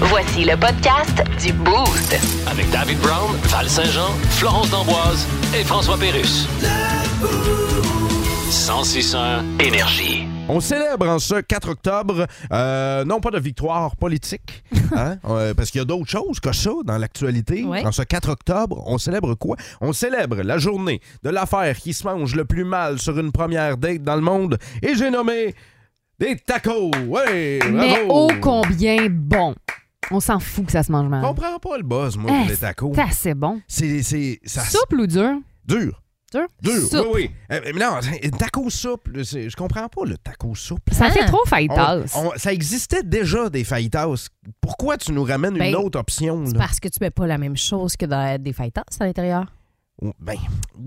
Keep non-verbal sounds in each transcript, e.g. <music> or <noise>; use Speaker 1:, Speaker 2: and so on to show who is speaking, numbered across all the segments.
Speaker 1: Voici le podcast du Boost.
Speaker 2: Avec David Brown, Val Saint-Jean, Florence D'Amboise et François Pérus. 1061 Énergie.
Speaker 3: On célèbre en ce 4 octobre, euh, non pas de victoire politique,
Speaker 4: <laughs>
Speaker 3: hein, euh, parce qu'il y a d'autres choses que ça dans l'actualité.
Speaker 4: Ouais.
Speaker 3: En ce 4 octobre, on célèbre quoi? On célèbre la journée de l'affaire qui se mange le plus mal sur une première date dans le monde, et j'ai nommé des tacos. Ouais,
Speaker 4: Mais
Speaker 3: bravo.
Speaker 4: ô combien bon. On s'en fout que ça se mange
Speaker 3: Je
Speaker 4: mal.
Speaker 3: comprends pas le buzz, moi,
Speaker 4: Eh,
Speaker 3: pour les tacos.
Speaker 4: C'est assez bon.
Speaker 3: C'est, c'est, ça
Speaker 4: Souple ou dur?
Speaker 3: dur.
Speaker 4: Dur?
Speaker 3: Dur,
Speaker 4: Souple.
Speaker 3: oui, oui. Euh, mais non, taco souple, c'est- je comprends pas le taco souple.
Speaker 4: Ça fait
Speaker 5: Ah.
Speaker 4: trop
Speaker 3: On-
Speaker 4: fajitas.
Speaker 3: on- ça existait déjà des fajitas. Pourquoi tu nous ramènes
Speaker 5: Ben,
Speaker 3: une autre option? là?
Speaker 5: Parce que tu mets pas la même chose que dans des fajitas à l'intérieur.
Speaker 3: Ou- Ben,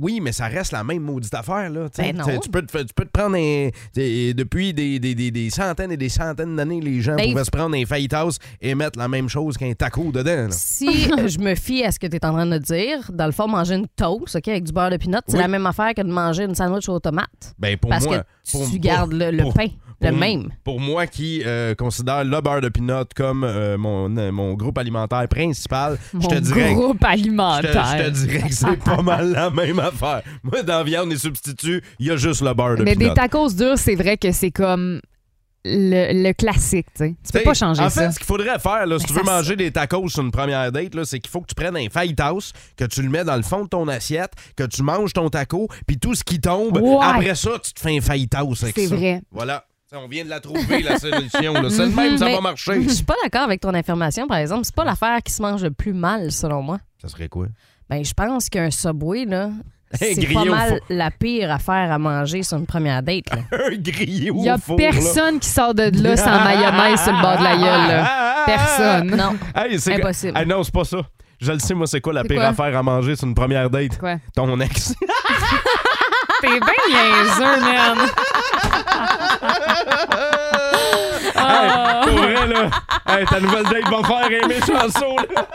Speaker 3: oui, mais ça reste la même maudite affaire. Là, tu sais.
Speaker 5: Ben non.
Speaker 3: Tu- tu, peux te, tu peux te prendre un- des- depuis des, des- des- des centaines et des centaines d'années, les gens
Speaker 5: Ben,
Speaker 3: pouvaient se prendre un fajitas et mettre la même chose qu'un taco dedans. là. <laughs>
Speaker 5: Si euh, je me fie à ce que tu es en train de dire, dans le fond, manger une toast ok, avec du beurre de pinot, c'est
Speaker 3: Oui.
Speaker 5: la même affaire que de manger une sandwich aux tomates.
Speaker 3: Ben, pour
Speaker 5: Parce
Speaker 3: moi,
Speaker 5: que tu
Speaker 3: pour- pour-
Speaker 5: gardes le, le
Speaker 3: pour-
Speaker 5: pain le
Speaker 3: pour-
Speaker 5: même.
Speaker 3: Pour moi qui euh, considère le beurre de pinot comme euh, mon, euh, mon groupe alimentaire principal, je
Speaker 4: Mon
Speaker 3: te dirais que-
Speaker 4: groupe
Speaker 3: Je te, je
Speaker 4: alimentaire.
Speaker 3: te dirais que c'est pas mal la même affaire. Moi, dans viande et substituts, il y a juste le beurre de
Speaker 4: Mais
Speaker 3: pinot.
Speaker 4: des tacos durs, c'est vrai que c'est comme le, le classique, tu sais. Tu
Speaker 3: T'sais,
Speaker 4: peux pas changer
Speaker 3: en
Speaker 4: ça.
Speaker 3: fait, ce qu'il faudrait faire, là, si
Speaker 4: Ben,
Speaker 3: tu veux
Speaker 4: ça-
Speaker 3: manger des tacos sur une première date, là, c'est qu'il faut que tu prennes un fajitas, que tu le mets dans le fond de ton assiette, que tu manges ton taco, puis tout ce qui tombe,
Speaker 4: Ouais.
Speaker 3: après ça, tu te fais un fajitas avec
Speaker 4: C'est
Speaker 3: ça.
Speaker 4: vrai.
Speaker 3: Voilà. T'sais, on vient de la trouver, la solution. là. C'est le même, ça
Speaker 5: Mais-
Speaker 3: va marcher.
Speaker 5: Je suis pas d'accord avec ton affirmation, par exemple. C'est pas l'affaire qui se mange le plus mal, selon moi.
Speaker 3: Ça serait quoi?
Speaker 5: Ben, je pense qu'un Subway,
Speaker 3: <laughs>
Speaker 5: là, c'est
Speaker 3: grillé
Speaker 5: pas
Speaker 3: au
Speaker 5: mal
Speaker 3: four.
Speaker 5: la pire affaire à manger sur une première date.
Speaker 3: <laughs>
Speaker 5: là.
Speaker 3: Un grillé au
Speaker 4: Il y a
Speaker 3: four, là.
Speaker 4: personne qui sort de là sans mayonnaise sur le bord de la gueule. là.
Speaker 3: <laughs> Ah!
Speaker 4: Personne.
Speaker 5: Non.
Speaker 3: Hey, c'est
Speaker 5: Impossible.
Speaker 3: Hey, non, c'est pas ça. Je le sais, moi, c'est quoi la
Speaker 4: C'est
Speaker 3: pire
Speaker 4: quoi?
Speaker 3: affaire à manger sur une première date?
Speaker 4: Quoi?
Speaker 3: Ton ex. <laughs>
Speaker 4: T'es bien niaiseux, man.
Speaker 3: Hey, pour vrai, là. Hey, ta nouvelle date va faire aimer chanson, là.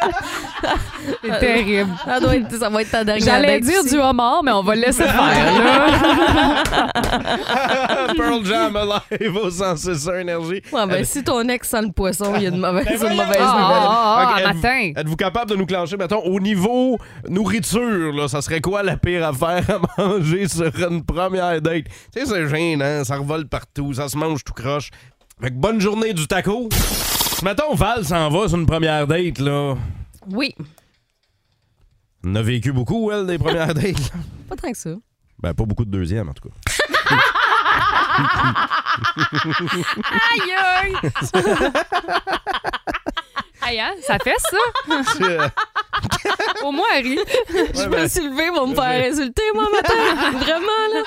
Speaker 4: C'est terrible.
Speaker 5: Ça, doit être, ça va être ta dernière
Speaker 4: J'allais
Speaker 5: date
Speaker 4: dire
Speaker 5: aussi.
Speaker 4: du homard, mais on va le laisser
Speaker 3: Ah,
Speaker 4: faire. là.
Speaker 3: Pearl Jam Alive au 161 Énergie. Euh,
Speaker 5: Ouais, ben,
Speaker 3: Elle-
Speaker 5: si ton ex sent le poisson, il y a une mauvaise,
Speaker 3: Ben
Speaker 5: une
Speaker 3: voyons!
Speaker 5: mauvaise
Speaker 4: Ah,
Speaker 5: nouvelle.
Speaker 4: ah, ah,
Speaker 3: Ok,
Speaker 4: ah,
Speaker 3: êtes-vous-
Speaker 4: matin.
Speaker 3: Êtes-vous capable de nous clencher, mettons, au niveau nourriture, là, ça serait quoi la pire affaire à <laughs> manger sur une première date? Tu sais, c'est gênant, ça revole partout, ça se mange tout croche. Fait que bonne journée du taco. Mettons, Val s'en va sur une première date, là.
Speaker 5: Oui,
Speaker 3: On a vécu beaucoup, elle, des premières <laughs> dates. là.
Speaker 5: pas tant que ça.
Speaker 3: Ben, pas beaucoup de deuxième, en tout cas.
Speaker 4: Aïe, aïe. Aïe, hein, ça fait ça?
Speaker 3: Euh,
Speaker 4: Au moins, elle rit.
Speaker 5: Je
Speaker 3: ben-
Speaker 5: me suis levée pour me faire insulter, moi, matin. Vraiment, là.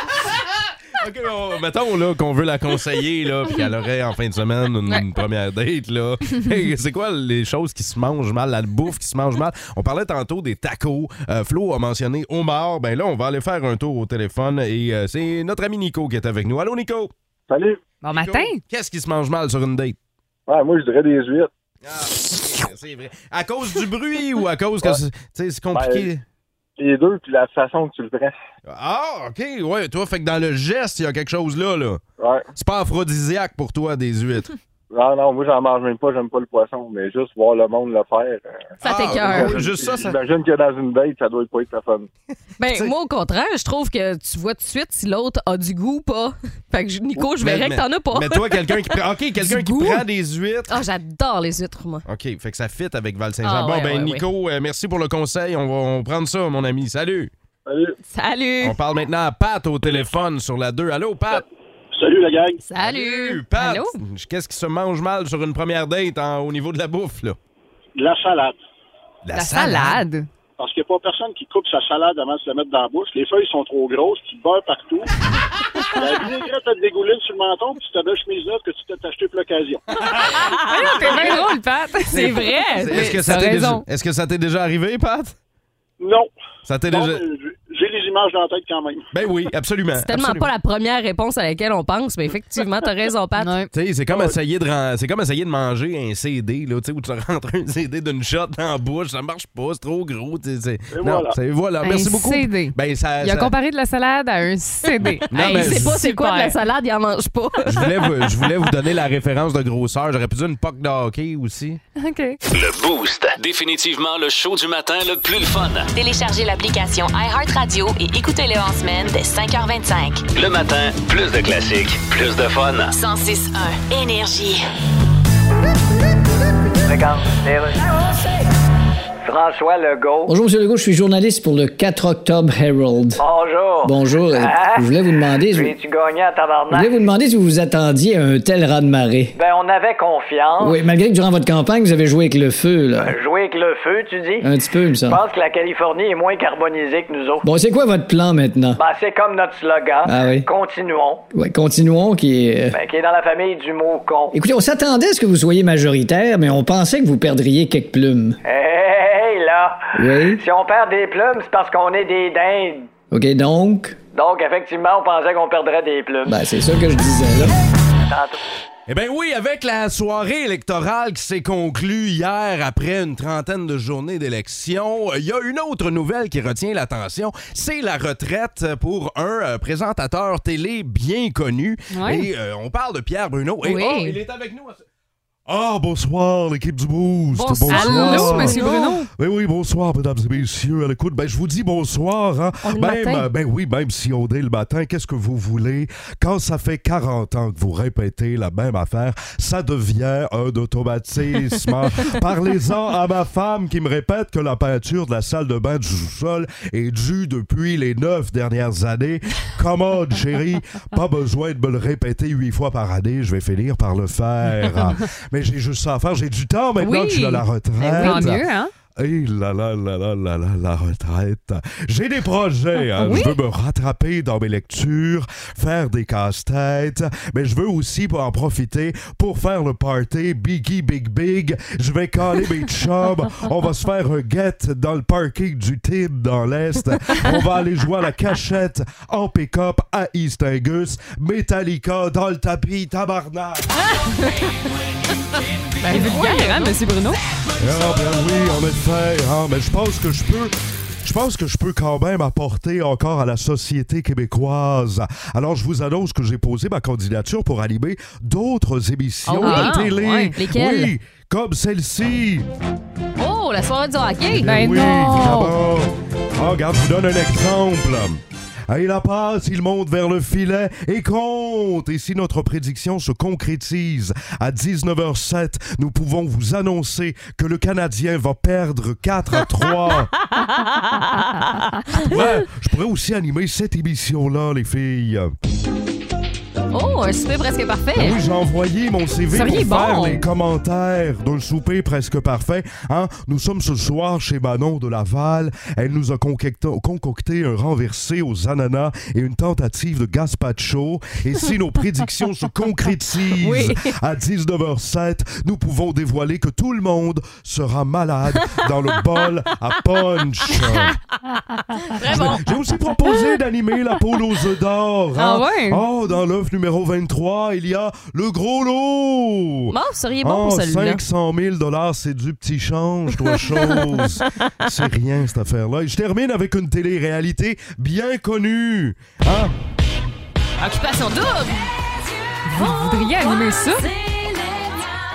Speaker 3: OK, bon, mettons là, qu'on veut la conseiller, là, puis qu'elle aurait en fin de semaine une, une première date. Là. Hey, c'est quoi les choses qui se mangent mal, la bouffe qui se mange mal? On parlait tantôt des tacos. Euh, Flo a mentionné homard. Ben là, on va aller faire un tour au téléphone et euh, c'est notre ami Nico qui est avec nous. Allô, Nico?
Speaker 6: Salut.
Speaker 4: Bon matin.
Speaker 3: Nico, Qu'est-ce qui se mange mal sur une date?
Speaker 6: Ouais, moi, je dirais des huîtres.
Speaker 3: Ah, c'est vrai. À cause du bruit ou à cause que c'est, tu sais, c'est compliqué?
Speaker 6: Les deux, puis la façon que tu le prends.
Speaker 3: Ah, OK, ouais, toi, fait que dans le geste, il y a quelque chose là, là.
Speaker 6: Ouais. Ah,
Speaker 3: C'est pas aphrodisiaque pour toi, des huîtres.
Speaker 6: Non, non, moi, j'en mange même pas, j'aime pas le poisson, mais juste voir le monde le faire. euh,
Speaker 3: Ah,
Speaker 5: Ça t'écœure.
Speaker 3: ouais, Juste ça, ça.
Speaker 6: J'imagine que dans une date, ça doit pas être la fun.
Speaker 5: Ben, moi, au contraire, je trouve que tu vois tout de suite si l'autre a du goût ou pas. <laughs> Fait que, je- Nico, je
Speaker 3: Mais-
Speaker 5: verrais que
Speaker 3: mais-
Speaker 5: t'en as pas.
Speaker 3: Mais toi, quelqu'un qui prend. OK, quelqu'un
Speaker 5: <laughs> Du
Speaker 3: qui
Speaker 5: goût.
Speaker 3: prend des huîtres.
Speaker 5: Ah, j'adore les huîtres, moi.
Speaker 3: OK, fait que ça fit avec Val Saint-Jean.
Speaker 5: Ah,
Speaker 3: bon,
Speaker 5: ouais,
Speaker 3: ben,
Speaker 5: ouais,
Speaker 3: Nico, euh, merci pour le conseil. On va on va prendre ça, mon ami. Salut.
Speaker 6: Salut.
Speaker 5: Salut!
Speaker 3: On parle maintenant à Pat au téléphone sur la 2. Allô, Pat?
Speaker 6: Salut, la gang.
Speaker 5: Salut!
Speaker 3: Pat!
Speaker 5: Allô?
Speaker 3: Qu'est-ce qui se mange mal sur une première date hein, au niveau de la bouffe, là?
Speaker 6: La salade.
Speaker 4: La salade.
Speaker 6: Parce qu'il n'y a pas personne qui coupe sa salade avant de se la mettre dans la bouche. Les feuilles sont trop grosses, tu te beurres partout. la vinaigrette, elle te dégouline sur le menton, puis c'est ta belle chemise neuve que tu t'es acheté pour l'occasion.
Speaker 4: Ah, T'es bien drôle, Pat.
Speaker 5: C'est vrai!
Speaker 3: Est-ce que,
Speaker 4: T'as
Speaker 3: ça t'est déjà-
Speaker 4: raison.
Speaker 3: est-ce que ça t'est déjà arrivé, Pat?
Speaker 6: Non.
Speaker 3: Ça t'est
Speaker 6: Non,
Speaker 3: déjà.
Speaker 6: mais j'ai- J'ai les images dans la tête quand même.
Speaker 3: Ben oui, absolument.
Speaker 5: C'est tellement pas la première réponse à laquelle on pense, mais effectivement, t'as raison, Pat.
Speaker 4: Ouais.
Speaker 3: Tu sais, c'est comme, essayer de ren- c'est comme essayer de manger un CD, là, tu sais, où tu rentres <laughs> un CD d'une shot dans la bouche, ça marche pas, c'est trop gros. tu sais, c'est-
Speaker 6: Et
Speaker 3: Non,
Speaker 6: voilà.
Speaker 3: c'est voilà. Merci
Speaker 4: un
Speaker 3: beaucoup.
Speaker 4: CD.
Speaker 3: Ben, ça,
Speaker 4: Il a
Speaker 3: ça-
Speaker 4: comparé de la salade à un CD.
Speaker 3: Non,
Speaker 4: Hey,
Speaker 3: mais
Speaker 5: Il sait pas c'est quoi de la
Speaker 4: super.
Speaker 5: salade, il en mange pas.
Speaker 3: je, voulais vous, je voulais vous donner la référence de grosseur. J'aurais pu dire une poque de hockey aussi.
Speaker 4: OK.
Speaker 2: Le Boost. Définitivement le show du matin le plus le fun.
Speaker 1: Téléchargez l'application iHeartRadio et écoutez-le en semaine dès 5h25.
Speaker 2: Le matin, plus de classiques, plus de fun.
Speaker 1: 106.1 Énergie.
Speaker 7: François Legault.
Speaker 8: Bonjour, Monsieur Legault, je suis journaliste pour le 4 octobre Herald.
Speaker 7: Bonjour.
Speaker 8: Bonjour, euh,
Speaker 7: Ah.
Speaker 8: je voulais vous demander. Je,
Speaker 7: Puis tu gagnais à
Speaker 8: je voulais
Speaker 7: tabarnak.
Speaker 8: vous demander si vous vous attendiez à un tel raz-de-marée.
Speaker 7: Ben, on avait confiance.
Speaker 8: Oui, malgré que durant votre campagne, vous avez joué avec le feu, là.
Speaker 7: Jouer avec le feu, tu dis?
Speaker 8: Un petit peu, il me
Speaker 7: Je
Speaker 8: semble.
Speaker 7: pense que la Californie est moins carbonisée que nous autres.
Speaker 8: Bon, c'est quoi votre plan maintenant?
Speaker 7: Ben, c'est comme notre slogan.
Speaker 8: Ah oui.
Speaker 7: Continuons.
Speaker 8: Ouais, continuons, qui est. euh,
Speaker 7: Ben, qui est dans la famille du mot con.
Speaker 8: Écoutez, on s'attendait à ce que vous soyez majoritaire, mais on pensait que vous perdriez quelques plumes.
Speaker 7: Hé, hé, hé, là.
Speaker 8: Oui.
Speaker 7: Si on perd des plumes, c'est parce qu'on est des dindes.
Speaker 8: OK, donc.
Speaker 7: Donc, effectivement, on pensait qu'on perdrait des plumes.
Speaker 8: Ben, c'est ça que je disais, là.
Speaker 7: Tantôt.
Speaker 3: Eh bien oui, avec la soirée électorale qui s'est conclue hier après une trentaine de journées d'élection, il y a une autre nouvelle qui retient l'attention, c'est la retraite pour un euh, présentateur télé bien connu.
Speaker 4: Ouais.
Speaker 3: Et euh, on parle de Pierre Bruno. Et
Speaker 4: Oui.
Speaker 3: oh, il est avec nous. à ce- Ah, bonsoir, l'équipe du Boost.
Speaker 4: Allô, Monsieur Bruno.
Speaker 3: Ben oui, bonsoir, mesdames et messieurs. À l'écoute, ben, je vous dis bonsoir. hein.
Speaker 4: On est le
Speaker 3: Même,
Speaker 4: matin.
Speaker 3: euh, ben oui, même si on est le matin, qu'est-ce que vous voulez? Quand ça fait 40 ans que vous répétez la même affaire, ça devient un automatisme.
Speaker 4: <laughs>
Speaker 3: hein. Parlez-en à ma femme qui me répète que la peinture de la salle de bain du sous-sol est due depuis les neuf dernières années. Comment, chérie? Pas besoin de me le répéter huit fois par année. Je vais finir par le
Speaker 4: <laughs>
Speaker 3: faire. hein. Mais j'ai juste ça à faire. J'ai du temps maintenant
Speaker 4: Oui.
Speaker 3: que je suis à la retraite.
Speaker 4: Tant mieux, hein?
Speaker 3: Eh là là là là là là, la retraite. J'ai des projets. hein. Je veux me rattraper dans mes lectures, faire des casse-têtes, mais je veux aussi en profiter pour faire le party Biggie Big Big. Je vais caler mes chums. On va se faire un guette dans le parking du Tib dans l'Est. On va aller jouer à la cachette en pick-up à East Angus. Metallica dans le tapis tabarnak.
Speaker 4: Ben, vulgaire, hein, Monsieur Bruno?
Speaker 3: Ah ben oui, en effet. Ah, mais je pense que je peux. Je pense que je peux quand même apporter encore à la société québécoise. Alors, je vous annonce que j'ai posé ma candidature pour animer d'autres émissions
Speaker 5: Ah
Speaker 3: de
Speaker 5: oui?
Speaker 3: télé.
Speaker 5: Ouais. Lesquelles?
Speaker 3: Oui, comme celle-ci.
Speaker 5: <laughs> Oh, la soirée du hockey!
Speaker 3: Ben
Speaker 4: Ben
Speaker 3: oui,
Speaker 4: non!
Speaker 3: évidemment. Ah, regarde, je vous donne un exemple. Ah, Il la passe, il monte vers le filet et compte. Et si notre prédiction se concrétise à 19h07, nous pouvons vous annoncer que le Canadien va perdre 4 à
Speaker 4: <laughs>
Speaker 3: 3. je, pourrais, je pourrais aussi animer cette émission-là, les filles.
Speaker 5: Oh, un souper presque parfait!
Speaker 3: Ah Ben Oui, j'ai envoyé mon CV
Speaker 4: Seriez
Speaker 3: pour faire
Speaker 4: bon.
Speaker 3: les commentaires d'un souper presque parfait. Hein? Nous sommes ce soir chez Manon de Laval. Elle nous a concocté, concocté un renversé aux ananas et une tentative de gazpacho. Et si nos prédictions se concrétisent à 19h07, nous pouvons dévoiler que tout le monde sera malade dans le bol à punch.
Speaker 5: Ah
Speaker 3: J'ai aussi proposé d'animer la poule aux œufs d'or. hein.
Speaker 4: Ah ouais?
Speaker 3: Oh, dans l'œuf numéro 23, il y a le gros lot.
Speaker 5: Bon, vous seriez bon
Speaker 3: Oh,
Speaker 5: pour celui-là.
Speaker 3: 500 000 c'est du petit change, toi,
Speaker 5: <laughs>
Speaker 3: chose. C'est rien, cette affaire-là. Et je termine avec une télé-réalité bien connue. Hein?
Speaker 5: Occupation double!
Speaker 4: Vous voudriez animer ça?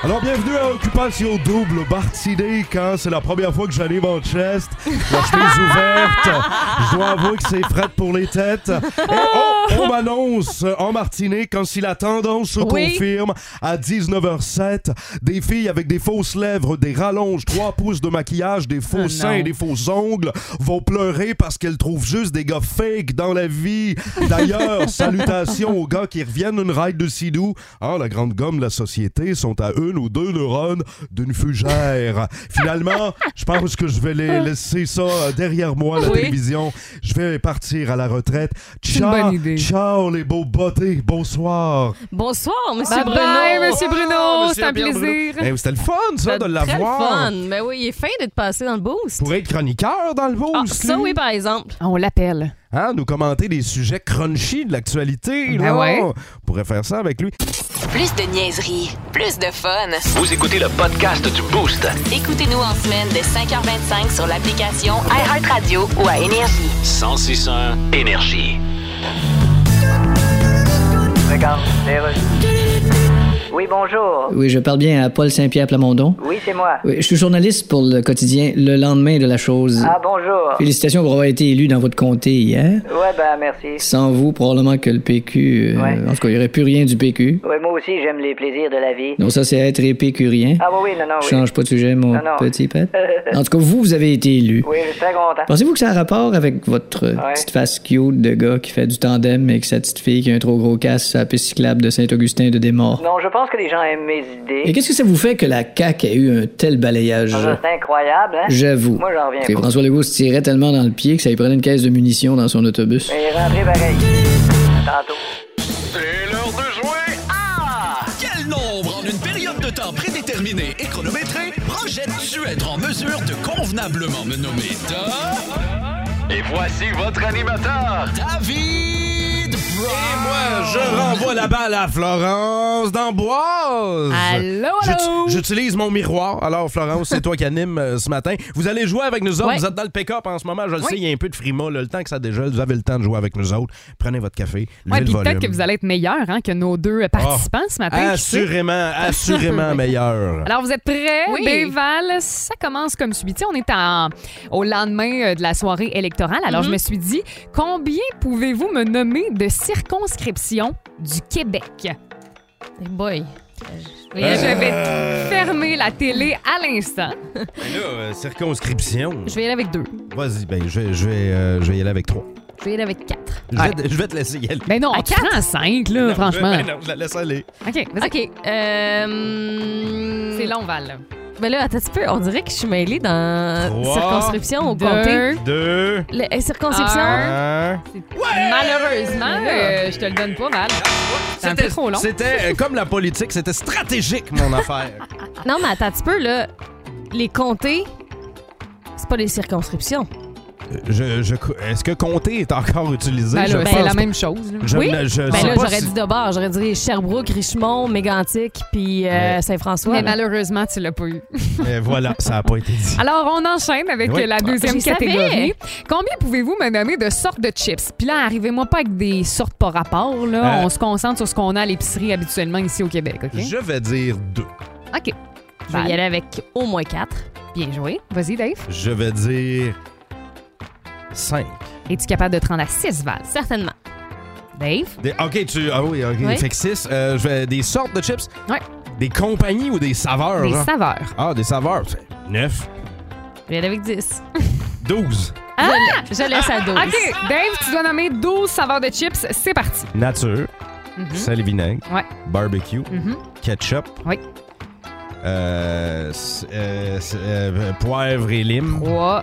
Speaker 3: Alors, bienvenue à Occupation Double Bartiné, quand c'est la première fois que j'anime en chest. La chemise ouverte. Je dois avouer que c'est fret pour les têtes. Et oh, on m'annonce euh, en Martiné, quand si la tendance se
Speaker 5: Oui.
Speaker 3: confirme, à 19h07, des filles avec des fausses lèvres, des rallonges, trois pouces de maquillage, des faux seins et des faux ongles vont pleurer parce qu'elles trouvent juste des gars fake dans la vie.
Speaker 5: <laughs>
Speaker 3: D'ailleurs, salutations aux gars qui reviennent d'une ride de Sidou. Ah, la grande gomme de la société sont à eux une ou deux neurones d'une fougère. Finalement, je pense que je vais les laisser ça euh, derrière moi, la
Speaker 5: Ah. Oui.
Speaker 3: télévision. Je vais partir à la retraite.
Speaker 4: une
Speaker 3: Ciao,
Speaker 4: bonne idée.
Speaker 3: ciao les beaux bottés. Bonsoir.
Speaker 5: Bonsoir, Monsieur
Speaker 4: Bye
Speaker 5: Bruno.
Speaker 4: bye, Monsieur Bruno.
Speaker 3: Oh, Monsieur
Speaker 4: C'est un
Speaker 3: Pierre
Speaker 4: plaisir.
Speaker 3: Bruno. Eh, C'était le fun, ça, de
Speaker 5: Très le
Speaker 3: l'avoir.
Speaker 5: fun. Mais oui, il est fin d'être passé dans le boost.
Speaker 3: Pour être chroniqueur dans le boost.
Speaker 5: Ah, ça,
Speaker 3: lui.
Speaker 5: oui, par exemple.
Speaker 4: On l'appelle.
Speaker 3: Hein, nous commenter des sujets crunchy de l'actualité.
Speaker 4: Ben
Speaker 3: là.
Speaker 4: ouais.
Speaker 3: On pourrait faire ça avec lui.
Speaker 1: Plus de niaiserie, plus de fun.
Speaker 2: Vous écoutez le podcast du Boost.
Speaker 1: Écoutez-nous en semaine de 5h25 sur l'application iHeartRadio ou à Énergie.
Speaker 2: 1061 Énergie.
Speaker 7: Regarde, les rues. Oui, bonjour.
Speaker 8: Oui, je parle bien à Paul Saint-Pierre Plamondon.
Speaker 7: Oui, c'est moi.
Speaker 8: Oui, je suis journaliste pour le quotidien Le lendemain de la chose.
Speaker 7: Ah, bonjour.
Speaker 8: Félicitations pour avoir été élu dans votre comté hier.
Speaker 7: Ouais, ben, merci.
Speaker 8: Sans vous, probablement que le PQ. euh,
Speaker 7: Ouais.
Speaker 8: En tout cas, il n'y aurait plus rien du PQ.
Speaker 7: Ouais, moi aussi, j'aime les plaisirs de la vie.
Speaker 8: Non, ça, c'est être épicurien.
Speaker 7: Ah, oui, oui, non, non,
Speaker 8: Je
Speaker 7: oui.
Speaker 8: Change pas de sujet, mon
Speaker 7: Non, non. <laughs>
Speaker 8: petit pet. En tout cas, vous, vous avez été élu.
Speaker 7: Oui, je suis très content.
Speaker 8: Pensez-vous que ça a rapport avec votre euh,
Speaker 7: Ouais.
Speaker 8: petite face cute de gars qui fait du tandem et que sa petite fille qui a un trop gros casse à la piste cyclable de Saint-Augustin de Desmaures?
Speaker 7: Non, je pense que les gens aiment mes
Speaker 8: Et
Speaker 7: idées.
Speaker 8: qu'est-ce que ça vous fait que la CAQ ait eu un tel balayage?
Speaker 7: Ah, C'est incroyable, hein?
Speaker 8: J'avoue.
Speaker 7: Moi, j'en reviens
Speaker 8: que
Speaker 7: pas.
Speaker 8: François Legault se tirait tellement dans le pied que ça lui prenait une caisse de munitions dans son autobus.
Speaker 7: Mais rentrez pareil. À tantôt.
Speaker 2: C'est l'heure de jouer à... Ah! Quel nombre en une période de temps prédéterminée et chronométrée projettes-tu être en mesure de convenablement me nommer Tom? Et voici votre animateur, David
Speaker 3: Moi, je renvoie la balle à Florence d'Amboise.
Speaker 5: Allô, allô?
Speaker 3: J'ut- J'utilise mon miroir. Alors, Florence, c'est toi qui anime euh, ce matin. Vous allez jouer avec nous autres.
Speaker 5: Ouais.
Speaker 3: Vous êtes dans le pick-up en ce moment. Je le sais, il y a un peu de frima. là. le temps que ça dégèle, vous avez le temps de jouer avec nous autres. Prenez votre café. levez
Speaker 4: Ouais,
Speaker 3: le
Speaker 4: puis
Speaker 3: volume. Ah,
Speaker 4: peut-être que vous allez être meilleur hein, que nos deux euh, participants ce matin. qui sait. <laughs>
Speaker 3: Assurément, assurément meilleur.
Speaker 4: Alors, vous êtes prêts?
Speaker 5: Oui.
Speaker 4: Déval, ça commence comme suit. Tu sais, on est en- au lendemain euh, de la soirée électorale. Alors, je me suis dit, combien pouvez-vous me nommer de circonscriptions du Québec?
Speaker 5: Hey boy.
Speaker 4: Et
Speaker 3: Ah.
Speaker 4: je vais fermer la télé à l'instant.
Speaker 3: Mais Euh, là, euh, circonscription.
Speaker 5: Je vais y aller avec deux.
Speaker 3: Vas-y, ben, je, vais- je vais, euh, je vais y aller avec trois.
Speaker 5: Je vais y aller avec quatre.
Speaker 3: Je, vais, te- je vais te laisser y aller.
Speaker 4: Ben non, on te prend à cinq, là,
Speaker 3: Non,
Speaker 4: franchement.
Speaker 3: ben non, je la laisse aller.
Speaker 4: OK, vas-y.
Speaker 5: OK. Euh...
Speaker 4: Ah, C'est long, Val.
Speaker 5: Mais là, attends un petit peu. On dirait que je suis mêlée dans
Speaker 3: Trois,
Speaker 5: circonscription au
Speaker 4: deux.
Speaker 5: comté.
Speaker 3: Deux.
Speaker 5: Le- euh, circonscription.
Speaker 4: Un.
Speaker 3: un.
Speaker 4: Malheureusement,
Speaker 5: Mais
Speaker 4: euh, je te le donne pas, Val. C'est un peu trop long.
Speaker 3: C'était euh, comme la politique, c'était stratégique,
Speaker 4: <laughs>
Speaker 3: mon affaire.
Speaker 5: Non, mais attends un petit peu, là. Les comtés, c'est pas les circonscriptions.
Speaker 3: Je, je, Est-ce que compter est encore utilisé?
Speaker 4: Ben
Speaker 3: je
Speaker 4: là, c'est
Speaker 3: pense
Speaker 4: la
Speaker 3: pas.
Speaker 4: même chose. là.
Speaker 3: Je
Speaker 5: Oui?
Speaker 3: ne- je
Speaker 5: Ben
Speaker 3: sais
Speaker 5: là,
Speaker 3: pas
Speaker 5: j'aurais
Speaker 3: si-
Speaker 5: dit de bord. J'aurais dit Sherbrooke, Richmond, Mégantic, puis euh,
Speaker 3: Ouais.
Speaker 5: Saint-François.
Speaker 4: Mais
Speaker 5: là.
Speaker 4: malheureusement, tu l'as pas eu.
Speaker 3: Mais voilà, ça n'a pas été dit.
Speaker 4: <laughs> Alors, on enchaîne avec
Speaker 3: Oui.
Speaker 4: euh, la deuxième
Speaker 5: Je savais.
Speaker 4: catégorie. Combien pouvez-vous me nommer de sortes de chips? Puis là, arrivez-moi pas avec des sortes par rapport. Là.
Speaker 3: Euh.
Speaker 4: On se concentre sur ce qu'on a à l'épicerie habituellement ici au Québec, OK?
Speaker 3: Je vais dire deux.
Speaker 4: OK.
Speaker 5: Je vais y aller avec au moins quatre.
Speaker 4: Bien joué. Vas-y, Dave.
Speaker 3: Je vais dire cinq.
Speaker 4: Es-tu capable de te rendre à 6 Val?
Speaker 5: Certainement.
Speaker 4: Dave?
Speaker 3: Des- OK, tu. Ah oui, OK.
Speaker 5: Oui.
Speaker 3: Fait que six. Euh, je vais- des sortes de chips?
Speaker 4: Ouais.
Speaker 3: Des compagnies ou des saveurs?
Speaker 4: Les
Speaker 3: genre?
Speaker 4: saveurs.
Speaker 3: ah, des saveurs. c'est Neuf.
Speaker 5: Je vais y aller avec dix.
Speaker 3: Douze.
Speaker 5: Je laisse à douze.
Speaker 4: Ah! OK, Dave, tu dois nommer 12 saveurs de chips. C'est parti.
Speaker 3: Nature. Sel et vinaigre.
Speaker 4: Mhm. Ouais.
Speaker 3: Barbecue.
Speaker 4: Mhm.
Speaker 3: Ketchup.
Speaker 4: Oui.
Speaker 3: Euh, c- euh, c- euh, poivre et lime.
Speaker 4: 3,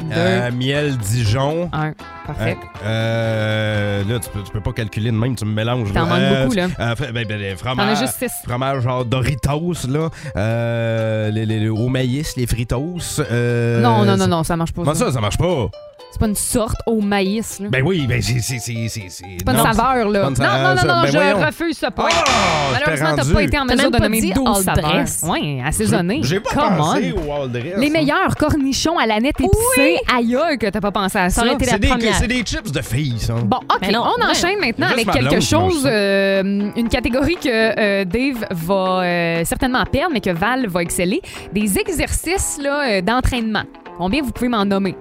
Speaker 4: 2,
Speaker 3: Euh, miel Dijon.
Speaker 4: 1. Parfait.
Speaker 3: Euh, là, tu peux, tu peux pas calculer de même, tu me mélanges. là.
Speaker 4: T'en manques
Speaker 3: Euh,
Speaker 4: beaucoup, là.
Speaker 3: euh, fra- ben, ben, les
Speaker 4: T'en as
Speaker 3: fromages.
Speaker 4: juste 6.
Speaker 3: Fromage genre Doritos, là. Euh, les, les- les- au maïs, les fritos. euh,
Speaker 4: non, non, non, non, ça marche pas.
Speaker 3: Comment
Speaker 4: ça.
Speaker 3: ça, ça marche pas?
Speaker 4: C'est pas une sorte au maïs. Là.
Speaker 3: Ben oui, ben c'est. C'est c'est- c'est- c'est-
Speaker 4: C'est pas une
Speaker 3: non,
Speaker 4: saveur, là.
Speaker 3: pas une saveur,
Speaker 4: non, non,
Speaker 3: ça.
Speaker 4: non, non,
Speaker 3: Ben
Speaker 4: je
Speaker 3: voyons.
Speaker 4: refuse ce
Speaker 3: c'est-
Speaker 4: point.
Speaker 3: Ah, je t'ai
Speaker 4: Malheureusement, t'as
Speaker 3: rendu.
Speaker 4: pas été en
Speaker 5: T'as
Speaker 4: mesure
Speaker 5: même
Speaker 4: de
Speaker 5: pas
Speaker 4: nommer
Speaker 5: dit
Speaker 4: 12
Speaker 5: all
Speaker 4: saveurs.
Speaker 5: dress.
Speaker 4: Oui, assaisonné.
Speaker 3: J'ai pas
Speaker 4: Come
Speaker 3: pensé
Speaker 4: on.
Speaker 3: au All Dress.
Speaker 4: Les meilleurs cornichons à la nette épicée. Aïe, aïe, que t'as pas pensé à ça.
Speaker 5: aurait été la
Speaker 3: C'est des,
Speaker 5: première.
Speaker 3: c'est des chips de filles, ça.
Speaker 4: Bon, OK,
Speaker 5: Mais non,
Speaker 4: on
Speaker 5: ouais.
Speaker 4: enchaîne maintenant
Speaker 3: Juste
Speaker 4: avec
Speaker 3: ma
Speaker 4: quelque
Speaker 3: blonde qui mange
Speaker 4: chose,
Speaker 3: ça.
Speaker 4: euh, une catégorie que euh, Dave va euh, certainement perdre, mais que Val va exceller. Des exercices là, euh, d'entraînement. Combien vous pouvez m'en nommer?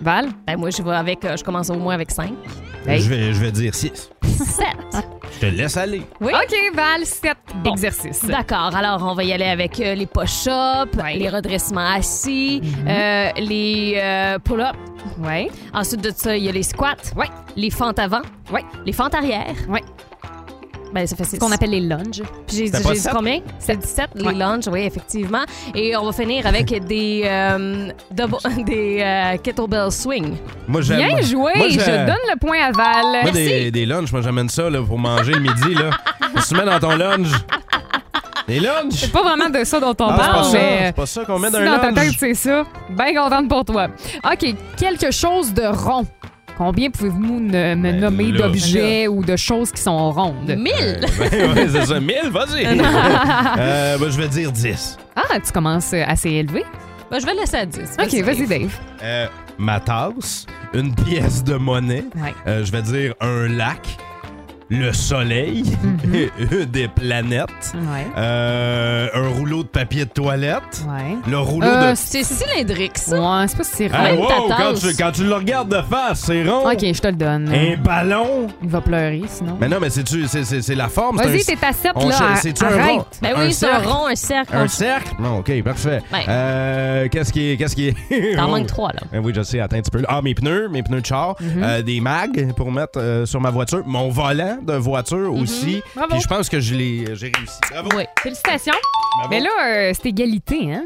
Speaker 4: Val?
Speaker 5: Ben, moi, je vais avec. euh, je commence au moins avec cinq. Ah.
Speaker 4: hey.
Speaker 3: Je, vais, je vais dire 6.
Speaker 5: Sept.
Speaker 3: Je te laisse aller.
Speaker 5: Oui.
Speaker 4: OK, Val, 7
Speaker 5: Bon.
Speaker 4: exercices.
Speaker 5: D'accord. Alors, on va y aller avec euh, les push-ups, les redressements assis, euh, les euh, pull-ups.
Speaker 4: Ouais.
Speaker 5: Ensuite de ça, il y a les squats.
Speaker 4: Ouais.
Speaker 5: Les fentes avant.
Speaker 4: Ouais.
Speaker 5: Les fentes arrière.
Speaker 4: Ouais.
Speaker 5: Ben, ça fait six.
Speaker 4: ce qu'on appelle les lunges.
Speaker 5: Puis j'ai dit,
Speaker 3: pas
Speaker 5: j'ai dit
Speaker 3: sept?
Speaker 5: combien? C'est 17,
Speaker 4: Ouais.
Speaker 5: les lunchs, oui, effectivement. Et on va finir avec des, euh, double- <laughs> des euh, kettlebell swing.
Speaker 3: Moi, j'aime.
Speaker 4: Bien joué!
Speaker 3: Moi,
Speaker 4: je... donne le point à Val.
Speaker 3: Moi, des, des lunchs, moi, j'amène ça là, pour manger le midi.
Speaker 4: <laughs>
Speaker 3: Là. Tu mets dans ton lunch. Des lunchs?
Speaker 4: Pas vraiment de ça dont on
Speaker 3: Ah, c'est pas
Speaker 4: parle,
Speaker 3: ça.
Speaker 4: mais.
Speaker 3: C'est pas ça qu'on met
Speaker 4: Si
Speaker 3: dans
Speaker 4: dans ta
Speaker 3: un
Speaker 4: tête,
Speaker 3: lunch.
Speaker 4: c'est ça. Ben contente pour toi. OK, quelque chose de rond. Combien pouvez-vous ne- me
Speaker 3: Ben
Speaker 4: nommer
Speaker 3: là.
Speaker 4: d'objets ou de choses qui sont rondes?
Speaker 5: 1000!
Speaker 3: Ben, <laughs> ouais, c'est ça. 1000,
Speaker 4: <laughs>
Speaker 3: vas-y. euh, ben, je vais dire 10.
Speaker 4: Ah, tu commences assez élevé.
Speaker 5: Ben, je vais le laisser à 10.
Speaker 4: OK, vas-y, ben. Dave.
Speaker 3: Euh, ma tasse, une pièce de monnaie,
Speaker 4: Ouais.
Speaker 3: euh, je vais dire un lac, le soleil,
Speaker 4: Mm-hmm.
Speaker 3: <laughs> des planètes,
Speaker 4: Ouais.
Speaker 3: euh, un rouleau de papier de toilette,
Speaker 4: Ouais.
Speaker 3: le rouleau
Speaker 4: Euh,
Speaker 3: de...
Speaker 5: C'est cylindrique, ça.
Speaker 4: Ouais, c'est pas si rond.
Speaker 3: Ah,
Speaker 5: même ta
Speaker 3: quand,
Speaker 5: tasse.
Speaker 3: tu, quand tu le regardes de face, c'est rond.
Speaker 4: OK, je te le donne.
Speaker 3: Un Ben. ballon.
Speaker 4: Il va pleurer sinon.
Speaker 3: Mais non, mais c'est-tu- c'est c'est- c'est la forme. c'est
Speaker 4: Vas-y,
Speaker 3: un-
Speaker 4: t'es à 7
Speaker 3: on
Speaker 4: là.
Speaker 3: ch-
Speaker 4: ar-
Speaker 3: c'est-tu un
Speaker 4: Arrête.
Speaker 3: rond?
Speaker 5: Ben oui, c'est un
Speaker 3: cercle.
Speaker 5: rond, un cercle.
Speaker 3: Un cercle? Non, OK, parfait.
Speaker 5: Ouais.
Speaker 3: Euh, qu'est-ce qui est... Qu'est-ce qui est...
Speaker 5: T'en
Speaker 3: rond? <laughs>
Speaker 5: manques trois, là.
Speaker 3: Ben oui, je sais, attends un petit peu. Ah, mes pneus, mes pneus de char,
Speaker 4: Mm-hmm.
Speaker 3: euh, des mags pour mettre euh, sur ma voiture, mon volant de voiture aussi.
Speaker 4: Mm-hmm. Bravo.
Speaker 3: Puis je pense que je l'ai- j'ai réussi. Bravo.
Speaker 5: Oui.
Speaker 4: Félicitations.
Speaker 3: Bravo.
Speaker 4: Mais là, euh, c'est égalité, hein?